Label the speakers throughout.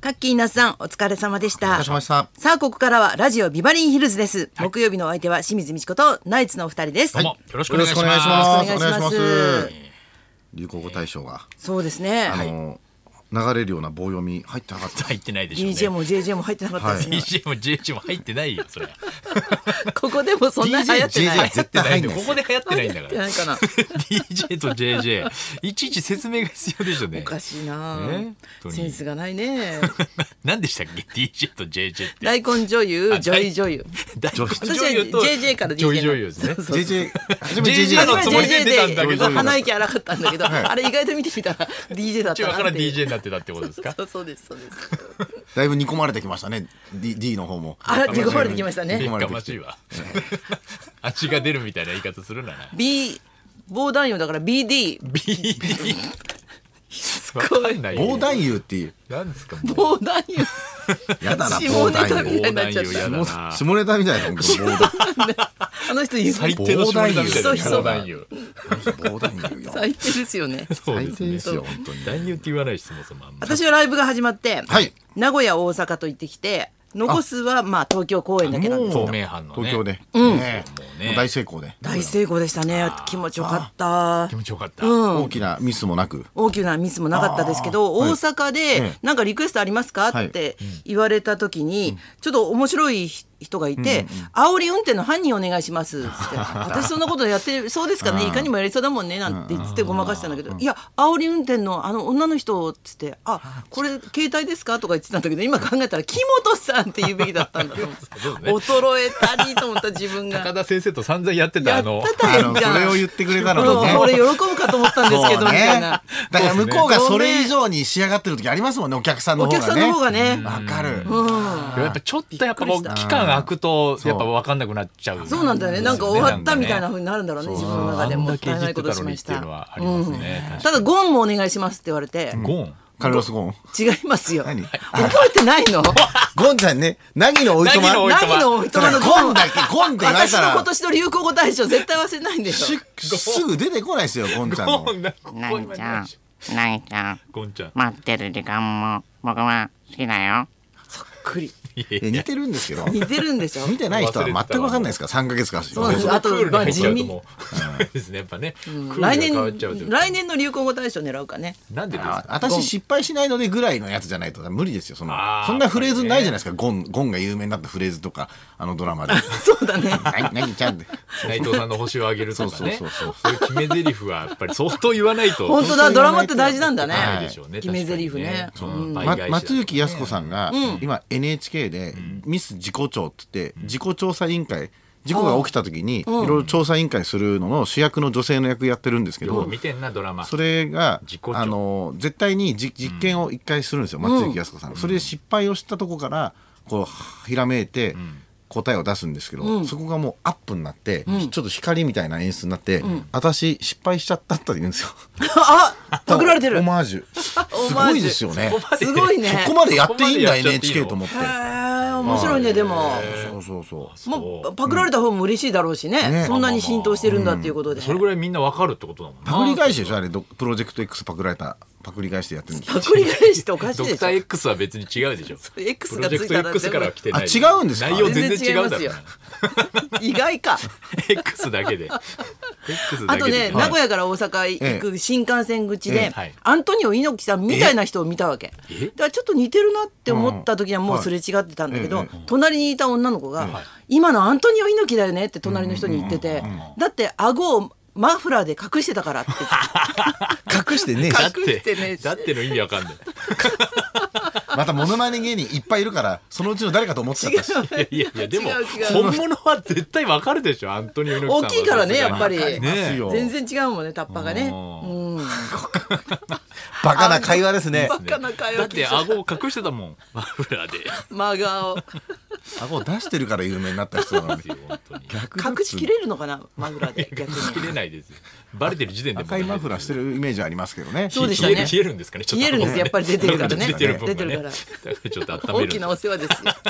Speaker 1: カッキーなさんお疲れ様でした
Speaker 2: お疲れ様でした
Speaker 1: さあここからはラジオビバリンヒルズです、木曜日のお相手は清水美智子とナイツのお二人です、
Speaker 3: どうもよろしくお願いします
Speaker 2: よろく
Speaker 1: よろしくお願いします
Speaker 2: お願いし流行語大賞が、
Speaker 1: そうですね、
Speaker 2: あの流れるような棒読み入ってなかった。
Speaker 3: 入ってないでしょうね。
Speaker 1: DJ も JJ も入ってなかったですね、
Speaker 3: DJ も JH も入ってないよ、それ。
Speaker 1: ここでもそんな流行ってない
Speaker 2: DJ 絶対 入んない
Speaker 3: ここで流行ってないんだ
Speaker 1: 流行っ
Speaker 3: か
Speaker 1: て
Speaker 3: ら
Speaker 1: ない。かな
Speaker 3: DJ と JJ、いちいち説明が必要でしょうね
Speaker 1: お。かしいな、
Speaker 3: ね本当に
Speaker 1: センスがないね
Speaker 3: 何でしたっけ ?DJ と JJ って。
Speaker 1: 大根女優
Speaker 3: あ
Speaker 1: 女医女優
Speaker 3: 大根
Speaker 1: 私は
Speaker 3: 女優と
Speaker 1: JJ から DJ
Speaker 3: 女優女優ですね。
Speaker 1: そうそう
Speaker 2: JJ 初
Speaker 3: JJ の
Speaker 1: 初
Speaker 3: つ
Speaker 1: め
Speaker 3: もりで出たんだけ
Speaker 1: JJ
Speaker 3: ど
Speaker 1: で鼻息荒かったんだけど、あれ意外と見てみたら DJ だっ
Speaker 3: 中
Speaker 1: た
Speaker 3: 和か
Speaker 1: な
Speaker 3: ら
Speaker 1: っていう
Speaker 3: DJ になってたってことですか
Speaker 1: そうそうですそうです
Speaker 2: だいぶ煮込まれてきましたね。D, D の方も。
Speaker 1: あら煮込まれてきましたね
Speaker 2: 煮込まれ
Speaker 3: や
Speaker 2: て
Speaker 3: ま
Speaker 2: き
Speaker 3: していわ。味が出るみたいな言い方するなら。
Speaker 1: B 防弾用だから BD
Speaker 3: BD。わかんないよ。
Speaker 2: 防弾油っていう。
Speaker 3: なんですかもう
Speaker 1: 防弾用
Speaker 2: やだな、
Speaker 1: 下
Speaker 2: 防
Speaker 1: ネタ
Speaker 2: 弾
Speaker 1: みた
Speaker 2: 油。
Speaker 1: いになっちゃっ
Speaker 3: 防弾
Speaker 1: た
Speaker 3: 油やだな
Speaker 2: 下ネタみたいな本当に
Speaker 1: あの人言う
Speaker 3: 最低の下ネタみたいな
Speaker 1: そうそう
Speaker 3: 防弾油。
Speaker 2: 棒弾油。防弾油よ。
Speaker 1: 最低ですよ ね
Speaker 3: そう
Speaker 2: 最
Speaker 3: です
Speaker 2: 低
Speaker 3: ね
Speaker 2: で。すよ、本当に。
Speaker 3: 男優って言わないしそもそもあんま
Speaker 1: 私はライブが始まって、
Speaker 2: はい
Speaker 1: 名古屋大阪と行ってきて残すはまあ東京公演だけなんです
Speaker 3: も
Speaker 1: け
Speaker 3: う
Speaker 1: ど
Speaker 3: 明版のね
Speaker 2: 東京で。ね
Speaker 3: もう
Speaker 2: え
Speaker 3: ね
Speaker 2: もう大成功で。
Speaker 1: 大成功でしたね気持ちよかった
Speaker 3: 気持ちよかった、
Speaker 2: 大きなミスもなく。
Speaker 1: 大きなミスもなかったですけど、大阪で
Speaker 2: え
Speaker 1: 「なんかリクエストありますか?」
Speaker 2: はい
Speaker 1: って言われた時に、ちょっと面白い人がいて「煽り運転の犯人お願いします」っつって「私そんなことやってそうですかねいかにもやりそうだもんね」なんて言ってごまかしたんだけど「いや煽り運転のあの女の人」っつって「あこれ携帯ですか?」とか言ってたんだけど今考えたら「木本さん」って言うべきだったんだと思って
Speaker 3: そうね
Speaker 1: 衰えたりと思った自分
Speaker 3: 高
Speaker 1: が。
Speaker 3: 田先生と散々やってた
Speaker 1: や
Speaker 3: あ
Speaker 1: って
Speaker 3: の
Speaker 1: た
Speaker 2: あ
Speaker 1: やん
Speaker 2: の、
Speaker 1: じゃ
Speaker 2: そ
Speaker 1: ん
Speaker 2: れを言ってくれたの
Speaker 1: うん
Speaker 2: とね。
Speaker 1: 俺喜ぶかと思ったんですけどみたいな。
Speaker 2: そうね、だから向こうがそれ以上に仕上がってる時ありますもんねお客さんの
Speaker 1: お
Speaker 2: 方が
Speaker 1: 客
Speaker 2: ね
Speaker 1: さんの方がね。
Speaker 2: わかる、
Speaker 3: やっぱちょっとやっぱ
Speaker 1: びっ
Speaker 3: こ
Speaker 1: く
Speaker 3: う
Speaker 1: り
Speaker 3: 期
Speaker 1: した
Speaker 3: 間空くと
Speaker 2: そう
Speaker 3: やっぱ分かんなくなっちゃう
Speaker 1: そうなんだよね。なんか終わったみたいな
Speaker 3: ね
Speaker 1: 風になるんだろうね、自分の
Speaker 3: あ
Speaker 1: 中で
Speaker 3: ん
Speaker 1: も。
Speaker 3: だけいじ
Speaker 1: な
Speaker 3: っ
Speaker 1: いこ
Speaker 3: て
Speaker 1: と
Speaker 3: た
Speaker 1: し
Speaker 3: のに
Speaker 1: ま
Speaker 3: っ
Speaker 1: して
Speaker 3: いう
Speaker 1: た。
Speaker 3: のはありますね、確か
Speaker 1: ただ、ゴンもお願いしますって言われて、
Speaker 3: にゴーン
Speaker 2: カルロス・ゴーン
Speaker 1: 違いますよ。
Speaker 2: 何
Speaker 1: 覚えてないの
Speaker 2: ゴンちゃんね凪のおいとま
Speaker 3: 凪のおい
Speaker 1: 何のお人
Speaker 2: それ
Speaker 1: の
Speaker 2: ゴンだっけゴンって言われ
Speaker 1: 私
Speaker 2: た
Speaker 1: の
Speaker 2: ら
Speaker 1: 今年の流行語大賞絶対忘れないんでしょ
Speaker 2: し。すぐ出てこないですよゴンちゃんの
Speaker 3: ゴーンだ
Speaker 4: ないちゃん、ないちゃん、
Speaker 3: ゴンちゃん
Speaker 4: 待ってる時間も僕は好きだよ。
Speaker 1: くり。
Speaker 2: いや似てるんですけど
Speaker 1: 似てるんでしょ
Speaker 2: 見てない人は全く分かんないですから三ヶ月か
Speaker 1: うなんです
Speaker 3: あ
Speaker 1: あと
Speaker 3: とクールに入っちゃうと
Speaker 1: ま
Speaker 3: もうそうですねやっぱね、クールが
Speaker 1: 来
Speaker 3: 変
Speaker 1: 年
Speaker 3: わっちゃうという、か
Speaker 1: 来年の流行語大賞狙うかね。
Speaker 3: なんでです
Speaker 2: あ
Speaker 3: か
Speaker 2: 私失敗しないのでぐらいのやつじゃないと無理ですよその
Speaker 3: あー
Speaker 2: そんなフレーズないじゃないですか、ゴンゴンが有名になったフレーズとかあのドラマで
Speaker 1: そうだ ね。
Speaker 2: はい凪ちゃんで
Speaker 3: 内藤さんの星をあげるとかね
Speaker 2: そ
Speaker 3: そうう
Speaker 2: そう
Speaker 3: いう決め台詞はやっぱり相当言わないと
Speaker 1: 本当だ、ドラマって大事なんだね
Speaker 3: ないでしょう。ね
Speaker 1: 決め台詞ね。
Speaker 3: 確かにね
Speaker 2: ま、松雪靖子さんが、今 NHK でミス事故調って言って、自己調査委員会事故が起きた時にいろいろ調査委員会するのの主役の女性の役やってるんですけ
Speaker 3: よう
Speaker 2: ど
Speaker 3: 見てんなドラマ
Speaker 2: それが
Speaker 3: 自己調
Speaker 2: あの絶対にじ実験を一回するんですよ松雪靖子さん、それで失敗をしたとこからこうひらめいて答えを出すんですけど、そこがもうアップになって、ちょっと光みたいな演出になって、私失敗しちゃったって言うんですよ。
Speaker 1: あ、パクられてる
Speaker 2: オ。マ ージュすごいですよね。
Speaker 1: すごいね。
Speaker 2: そこまでやっていいんだ
Speaker 3: そこまでやっちゃっていい
Speaker 2: NHK
Speaker 3: の
Speaker 2: と思って。
Speaker 1: へー面白いね、でも。
Speaker 2: そうそうそ
Speaker 1: もうパクられた方も嬉しいだろうしね,、
Speaker 2: ね
Speaker 1: そんなに浸透してるんだっていうことで、
Speaker 3: それぐらいみんなわかるってことだもん
Speaker 2: う。
Speaker 3: ね
Speaker 2: パクリ返しでしょあれどプロジェクト X パクられたパクリ返してやってるんですよ。
Speaker 1: パクリ返しっておかし
Speaker 3: ド
Speaker 1: いで
Speaker 3: ク
Speaker 1: し
Speaker 3: タ
Speaker 1: ょ
Speaker 3: ー X は別に違うでしょ
Speaker 1: X
Speaker 3: プ
Speaker 1: がつ
Speaker 3: ロジェク
Speaker 1: い
Speaker 3: ト
Speaker 1: たら
Speaker 3: X からは来てない
Speaker 2: あ違うんですか
Speaker 3: 内容全然違うだろう
Speaker 1: 全然違い
Speaker 3: な
Speaker 1: ま意外か
Speaker 3: X だけで X
Speaker 1: あ
Speaker 3: だ
Speaker 1: と
Speaker 3: けで
Speaker 1: ね、名古屋から大阪行
Speaker 2: え
Speaker 1: く新幹線口
Speaker 2: え
Speaker 1: で、
Speaker 2: え
Speaker 3: はい
Speaker 1: アントニオ猪木さんみたいな人を見たわけ
Speaker 3: え
Speaker 1: だからちょっと似てるなって思った時にはもうすれ違ってたんだけど、
Speaker 2: はい
Speaker 1: 隣にいた女の子が、今のアントニオ猪木だよね」って隣の人に言ってて、だって顎をマフラーで隠してたからって言って
Speaker 2: 隠してねえし
Speaker 3: だっ
Speaker 1: 隠してね
Speaker 3: てだっての意味わかんない
Speaker 2: またモノマネ芸人いっぱいいるからそのうちの誰かと思っち ゃったし。
Speaker 3: いやいやでも
Speaker 1: 違う違う
Speaker 3: 本物は絶対わかるでしょアントニオ猪木さん
Speaker 1: 大
Speaker 3: は
Speaker 1: きいからねやっぱり、
Speaker 2: ますよ
Speaker 1: 全然違うもんねタッパがねうん
Speaker 2: バカな会話ですね
Speaker 1: バ。カな会
Speaker 3: だ
Speaker 1: 話で
Speaker 3: って
Speaker 1: しょ
Speaker 3: 顎を隠してたもんマフ ラーで
Speaker 1: 真顔
Speaker 2: 顎を出してるから有名になった人なのに。
Speaker 3: 本当に
Speaker 2: 逆だっ
Speaker 1: 隠
Speaker 2: て
Speaker 1: しきれるのかなマグラで逆
Speaker 3: 切
Speaker 1: に
Speaker 3: れないですよバレてる時点でもう
Speaker 2: 赤いマフラーしてるイメージありますけどね。
Speaker 1: そうでした
Speaker 3: 消える
Speaker 1: ね
Speaker 3: 消えるんですかねちょっと
Speaker 1: 消えるんですやっぱり出てるからね
Speaker 3: 出てる分が
Speaker 1: 出てるから
Speaker 3: だからちょっと温める
Speaker 1: 大きなお世話ですよ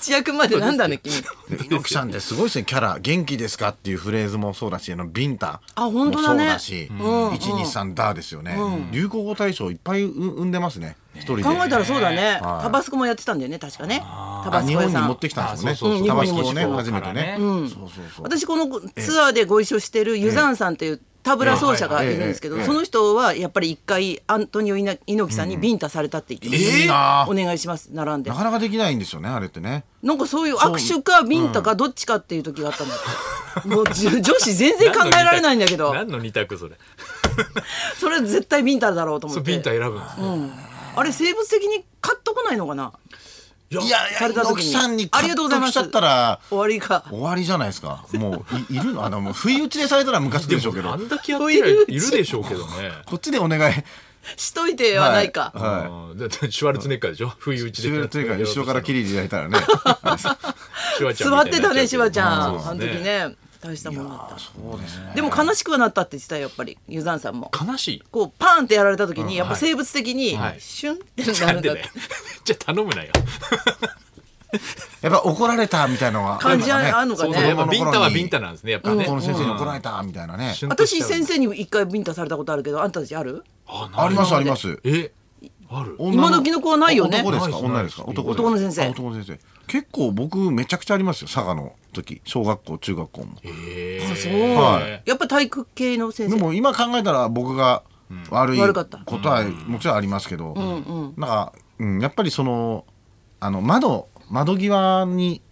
Speaker 1: 土屋君までなんだね君
Speaker 2: で猪木さんってすごいですねキャラ「元気ですか?」っていうフレーズもそうだしあのビンタ
Speaker 1: あ本当だね
Speaker 2: もそうだし「
Speaker 1: うん
Speaker 2: 123ダー」ですよね、流行語大賞いっぱい生んでますね一人で
Speaker 1: 考えたらそうだね、
Speaker 2: はい
Speaker 1: タバスコもやってたんだよね確かねタ
Speaker 2: あ
Speaker 1: バス
Speaker 2: 日
Speaker 1: コ
Speaker 2: 本
Speaker 1: 屋
Speaker 2: に
Speaker 1: さ
Speaker 2: 持っ
Speaker 1: ん
Speaker 2: てきたんですよね
Speaker 3: あそうそう
Speaker 1: そう
Speaker 2: タバスコをね
Speaker 3: 日本に
Speaker 2: 初め
Speaker 3: 持ってきた
Speaker 2: て
Speaker 3: からね
Speaker 2: ね、
Speaker 3: う
Speaker 2: そうそうそう
Speaker 1: 私このツアーでご一緒してるユザンさんというタブラ奏者がいるんですけど、
Speaker 2: ええええ
Speaker 1: その人はやっぱり一回アントニオ猪木さんにビンタされたって言ってました、
Speaker 2: いいなあ
Speaker 1: お願いします並んで
Speaker 2: なかなかできないんですよねあれってね
Speaker 1: なんかそういう握手かビンタかどっちかっていう時があったんだってもうじ女子全然考えられないんだけど
Speaker 3: 何の二択それ
Speaker 1: それ絶対ビンタだろうと思
Speaker 3: そ
Speaker 1: っ
Speaker 3: うビンタ
Speaker 1: て
Speaker 3: 選ぶんですね
Speaker 1: あれ生物的に買っとこないのかない
Speaker 3: や
Speaker 2: いやい
Speaker 1: さ
Speaker 2: や
Speaker 1: れた時に
Speaker 2: 猪木さんに
Speaker 1: ありがとうございます
Speaker 2: しちゃったら
Speaker 1: 終わりか
Speaker 2: 終わりじゃないですかもういいるのあ のもう不意打ちでされたらムカつくでしょうけ
Speaker 3: あ
Speaker 2: ど
Speaker 3: んだけやってりゃいるでしょうけどね
Speaker 2: こっちでお願い
Speaker 1: しといてはないか、
Speaker 2: はいはい
Speaker 3: うんだってシュワルツェネッカーでしょ不意打ち
Speaker 2: シ
Speaker 3: で
Speaker 2: ュエルというか後ろから切り入れられたらね
Speaker 3: シュワちゃんみ
Speaker 1: 座っ
Speaker 3: いに
Speaker 1: て
Speaker 3: な
Speaker 1: たね
Speaker 3: っちゃうけど
Speaker 1: しばちゃん、
Speaker 3: うん
Speaker 1: あの
Speaker 3: そうで
Speaker 1: 時
Speaker 3: すね
Speaker 1: ね大したものだった
Speaker 2: そうですね
Speaker 1: でも悲しくはなったって言ってたよやっぱりユザンさんも
Speaker 3: 悲しい
Speaker 1: こうパーンってやられた時にやっぱ
Speaker 3: はい
Speaker 1: 生物的に
Speaker 3: はい
Speaker 1: シュンってな
Speaker 3: な
Speaker 1: る
Speaker 3: ん
Speaker 1: んだ
Speaker 3: で
Speaker 1: っ
Speaker 3: だ
Speaker 1: て
Speaker 3: よじゃあ頼むなよ
Speaker 2: やっぱ怒られたみたいなのは
Speaker 1: 感じ
Speaker 2: ある
Speaker 1: あ
Speaker 2: か
Speaker 1: る
Speaker 2: ね
Speaker 1: の
Speaker 3: そ
Speaker 1: か
Speaker 3: うそうやっ
Speaker 1: ね
Speaker 3: ぱビンタはビンタなんですねやっぱね
Speaker 2: この先生に怒られたみたいなね
Speaker 3: シュンとし
Speaker 1: 私
Speaker 3: ちゃう
Speaker 1: 先生に一回ビンタされたことあるけどあんたたちある
Speaker 3: あ
Speaker 2: ありますありますす
Speaker 3: えある
Speaker 2: 女の
Speaker 1: 今時の子はないよね
Speaker 2: 男ですか
Speaker 3: ないで
Speaker 2: 女で
Speaker 3: す
Speaker 2: すか
Speaker 3: ないです
Speaker 2: 男です
Speaker 1: 男の先生
Speaker 2: あ男の先生結構僕めちゃくちゃありますよ佐賀の時小学校中学校も
Speaker 3: え
Speaker 1: あそう、
Speaker 2: はい
Speaker 1: やっぱ体育系の先
Speaker 2: で
Speaker 1: 生
Speaker 2: も今考えたら僕が悪い
Speaker 1: 悪かった
Speaker 2: ことはもちろんありますけど、なんか、うん、やっぱりそのあの窓窓際に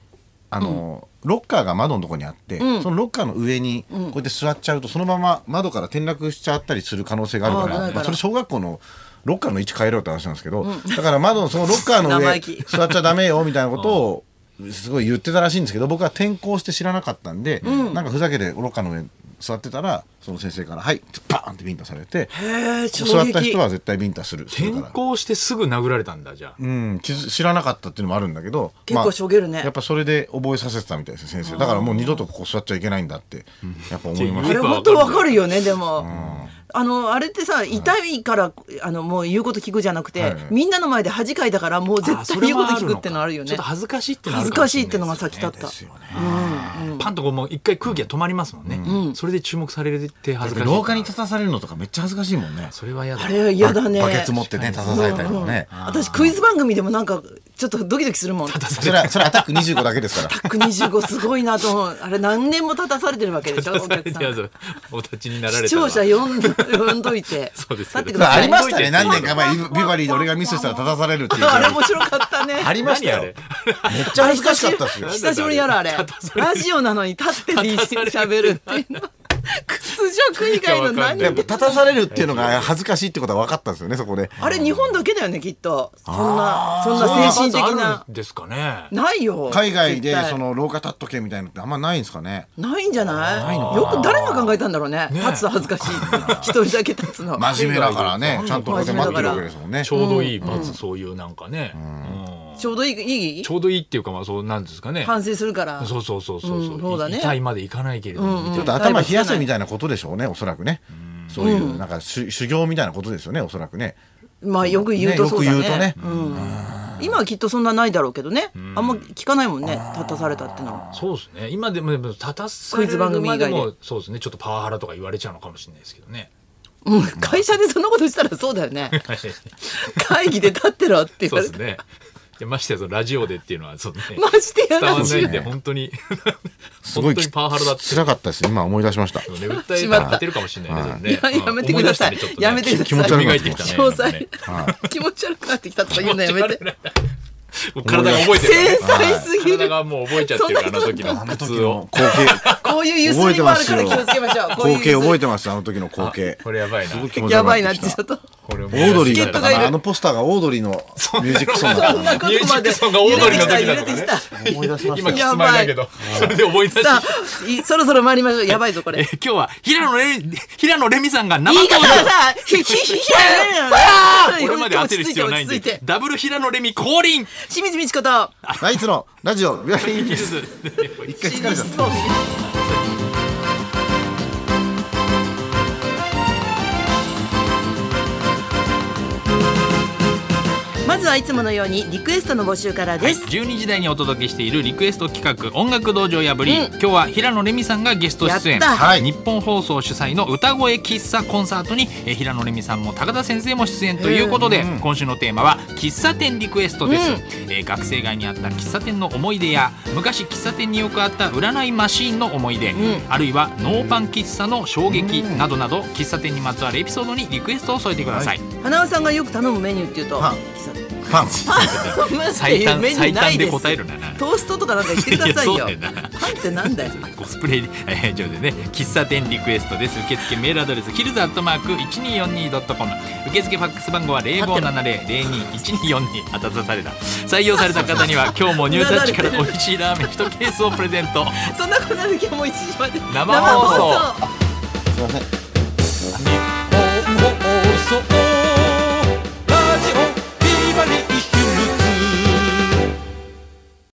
Speaker 2: あの、ロッカーが窓のとこにあって、そのロッカーの上にこうやって座っちゃうと、そのまま窓から転落しちゃったりする可能性があるか
Speaker 1: あー
Speaker 2: ら
Speaker 1: 危ないから
Speaker 2: まあ、それ小学校のロッカーの位置変えろって話なんですけど、だから窓のそのロッカーの
Speaker 1: 生
Speaker 2: 上
Speaker 1: 意気
Speaker 2: 座っちゃダメよみたいなことをすごい言ってたらしいんですけど僕は転校して知らなかったんで、なんかふざけてロッカーの上座ってたらその先生から「はい」ってバーンってビンタされて
Speaker 1: へえ
Speaker 2: 座
Speaker 1: 衝
Speaker 2: った
Speaker 1: 撃
Speaker 2: 人は絶対ビンタするする
Speaker 3: 転
Speaker 2: から。
Speaker 3: 校してすぐ殴られたんだじゃあ
Speaker 2: うん、気づ知らなかったっていうのもあるんだけど
Speaker 1: 結構しょげるね
Speaker 2: まあやっぱそれで覚えさせてたみたいですね先生だからもう二度とここ座っちゃいけないんだってやっぱ思いま
Speaker 1: あれ
Speaker 2: した
Speaker 1: 本当わかるよねでも、あのあれってさ痛いからあのもう言うこと聞くじゃなくて、
Speaker 2: はい
Speaker 1: みんなの前で恥かいたからもう絶
Speaker 3: あ
Speaker 1: 対
Speaker 3: それ
Speaker 1: 言う
Speaker 3: も
Speaker 1: こと聞くってのあるよ
Speaker 3: ちょ
Speaker 1: ね
Speaker 3: っと恥ずかしいってのあ
Speaker 1: 恥
Speaker 3: る
Speaker 1: ず
Speaker 3: かも
Speaker 1: か
Speaker 3: し
Speaker 1: し
Speaker 3: れ
Speaker 1: いっての
Speaker 3: な
Speaker 1: が
Speaker 3: いですよね
Speaker 1: 先立った、
Speaker 2: ですよね
Speaker 3: パンとこうもう一回空気が止まりますもんね、それで注目されて恥ずかしい
Speaker 2: 廊下に立たされるのとかめっちゃ恥ずかしいもんね
Speaker 3: それは嫌だ
Speaker 1: あれ は嫌だね
Speaker 2: バケツ持ってね立たされたりとかね
Speaker 1: 私クイズ番組でもなんかちょっとドキドキするもんタ
Speaker 2: それはそれアタック25だけですから
Speaker 1: ック25すごいなと思うあれ何年も立たされてるわけでしょお
Speaker 3: 立たさ
Speaker 1: 客
Speaker 3: れ
Speaker 1: さ
Speaker 3: てや
Speaker 1: ん
Speaker 3: つお立ちになられ
Speaker 1: 視
Speaker 3: た
Speaker 1: 聴
Speaker 3: ら
Speaker 1: 者呼んど呼んどいて
Speaker 3: そうです
Speaker 1: 立
Speaker 3: よね
Speaker 1: ってくだ
Speaker 2: まあ、あ
Speaker 1: さい
Speaker 2: りましたね何年か前ビバリーで俺がミスしたら立たされるっていう
Speaker 1: あれ面白かったね
Speaker 2: ありましたよ
Speaker 3: 何あ
Speaker 2: めっ
Speaker 3: れ
Speaker 2: ちゃ恥ずかしかったですよ
Speaker 1: 久しぶりやろあれ
Speaker 3: 立たされ
Speaker 1: ラジオなのに立ってで喋るっていうの屈辱以外の
Speaker 3: い
Speaker 2: や
Speaker 1: 何
Speaker 2: っぱ立たされるっていうのが恥ずかしいってことは分かったんですよねそこで
Speaker 1: あれ日本だけだよねきっとそんなそんな精神的な
Speaker 3: あるんですかね
Speaker 1: ないよ
Speaker 2: 海外で
Speaker 1: 絶対
Speaker 2: その廊下立っとけみたいなのってあんまないんですかね
Speaker 1: ないんじゃない
Speaker 2: ないのかな
Speaker 1: よく誰が考えたんだろうね
Speaker 3: ね
Speaker 1: 立つの恥ずかしいって 一人だけ立つの
Speaker 2: 真面目だからねちゃんとこうやって待ってるわけですもんね
Speaker 3: ちょうどいい、まずそういうなんかね、うん
Speaker 1: ちょうどいいいい
Speaker 3: ちょうどいいっていうかまあそうなんですかね
Speaker 1: 反省するから
Speaker 3: そうそうそうそうそう、
Speaker 1: うんそうだね
Speaker 3: い痛いまでいかないけれどもみたいな
Speaker 2: ちょっと頭冷やせみたいなことでしょうねおそらくねそういうなんか修修行みたいなことですよねおそらくね
Speaker 1: まあよく言うとそうだね
Speaker 2: ねよく言うと
Speaker 1: うん今はきっとそんなないだろうけどね、あんま聞かないもんね立たされたってのは
Speaker 3: そうですね今でもでも立たさ
Speaker 1: ク
Speaker 3: れ
Speaker 1: イズ
Speaker 3: る
Speaker 1: 番組以
Speaker 3: ま
Speaker 1: 外で
Speaker 3: でもそうですねちょっとパワハラとか言われちゃうのかもしれないですけ どね
Speaker 1: うん会社でそんなことしたらそうだよね会議で立ってろって言
Speaker 3: そう
Speaker 1: わ
Speaker 3: で
Speaker 1: れ
Speaker 3: す
Speaker 1: て、
Speaker 3: ねいやましてやそのラジオでっていうのは そうね
Speaker 1: ましてや
Speaker 3: 伝わ
Speaker 1: ら
Speaker 3: ん
Speaker 1: し
Speaker 3: ないいんで本当に
Speaker 2: すご
Speaker 3: 本
Speaker 2: い
Speaker 3: 当にパワハラだって
Speaker 2: つらかったです今思い出しました
Speaker 3: そうね訴
Speaker 1: し
Speaker 3: え
Speaker 1: まった
Speaker 3: 立てるかもしれないね
Speaker 1: いややめてください、やめてください
Speaker 2: 気持ち悪くなってき
Speaker 3: た
Speaker 1: 詳細、
Speaker 3: ね
Speaker 1: 気持ち悪くなってきたとか言うのやめて
Speaker 3: もう体が覚えてる
Speaker 1: 繊
Speaker 3: からね
Speaker 1: 細すぎ
Speaker 3: 体
Speaker 1: る
Speaker 3: がもう覚えちゃってるから
Speaker 1: そ
Speaker 3: あ
Speaker 1: んな
Speaker 3: の
Speaker 1: 人
Speaker 3: 時の
Speaker 2: あ
Speaker 3: 普
Speaker 2: の時
Speaker 3: 通を
Speaker 2: の 光 景
Speaker 1: こういうゆす
Speaker 2: 覚え
Speaker 1: り
Speaker 2: て
Speaker 1: もあ
Speaker 2: ま
Speaker 1: る
Speaker 2: す
Speaker 1: から
Speaker 2: よ
Speaker 1: 気をつけましょうこういう
Speaker 2: 光景覚え
Speaker 1: て
Speaker 2: てますあの時の光景
Speaker 3: これやばいな
Speaker 2: すごい気持ち
Speaker 1: や
Speaker 2: 悪く
Speaker 1: ばい
Speaker 2: な
Speaker 1: な
Speaker 2: っ
Speaker 1: ってち
Speaker 2: き
Speaker 1: ょ
Speaker 2: た
Speaker 1: っと
Speaker 3: これも
Speaker 2: オードリ
Speaker 1: 助
Speaker 2: ー
Speaker 1: っ
Speaker 2: だ
Speaker 1: 人
Speaker 2: っ
Speaker 1: がいる
Speaker 2: たかなあのポスターがオードリーのミュージックソングだ
Speaker 1: そ
Speaker 2: っ
Speaker 1: ん
Speaker 2: た
Speaker 1: なことまで
Speaker 3: ミュージックソンがオードリーの時だからね
Speaker 1: 揺れてきた揺れてきた
Speaker 2: 思い出しました
Speaker 3: 今キスマイだけどそれで思い出し
Speaker 1: さあいそろそろ参りましょうやばいぞこ
Speaker 3: え
Speaker 1: れいい
Speaker 3: 今日は平野レミ平野レミさんが生
Speaker 1: からさひひひひあ
Speaker 3: これまで焦る必要ないん
Speaker 1: 落ち着いて落ち着いて
Speaker 3: でダブル平野レミ 降臨
Speaker 1: 清水美智子と
Speaker 2: ナイツのラジオビバリーヒルズ一回
Speaker 1: 清
Speaker 2: 疲れち
Speaker 1: 水
Speaker 2: ゃった
Speaker 1: と まずはいつものようにリクエストの募集からです、
Speaker 3: 12時台にお届けしているリクエスト企画「音楽道場破り」
Speaker 1: うん
Speaker 3: 今日は平野レミさんがゲスト出
Speaker 1: やっ
Speaker 3: 演、
Speaker 1: た
Speaker 2: はい
Speaker 3: 日本放送主催の歌声喫茶コンサートにえー平野レミさんも高田先生も出演ということで、今週のテーマは「喫茶店リクエスト」です、
Speaker 1: うん
Speaker 3: えー学生街にあった喫茶店の思い出や昔喫茶店によくあった占いマシーンの思い出、
Speaker 1: ん
Speaker 3: あるいはノーパン喫茶の衝撃などなど喫茶店にまつわるエピソードにリクエストを添えてください、
Speaker 1: 花輪さんがよく頼むメニューっていうと
Speaker 2: パン
Speaker 1: 喫茶店
Speaker 2: パン
Speaker 1: まず
Speaker 3: 最短
Speaker 1: メニューない
Speaker 3: 最短です答えるなら
Speaker 1: トーストとかなんか言ってくだ さい
Speaker 3: いや
Speaker 1: よ
Speaker 3: そうだよな
Speaker 1: パンってなんだよ
Speaker 3: コスプレ、えー、上でね喫茶店リクエストです受付メールアドレスヒルズアットマーク 1242.com 受付ファックス番号は0570021242あたたたれた採用された方には今日もニュータッチから美味しいラーメン1ケースをプレゼント
Speaker 1: そんなことなる気はもう1時まで
Speaker 3: 生放送
Speaker 1: 生放送
Speaker 2: すいません
Speaker 3: 放送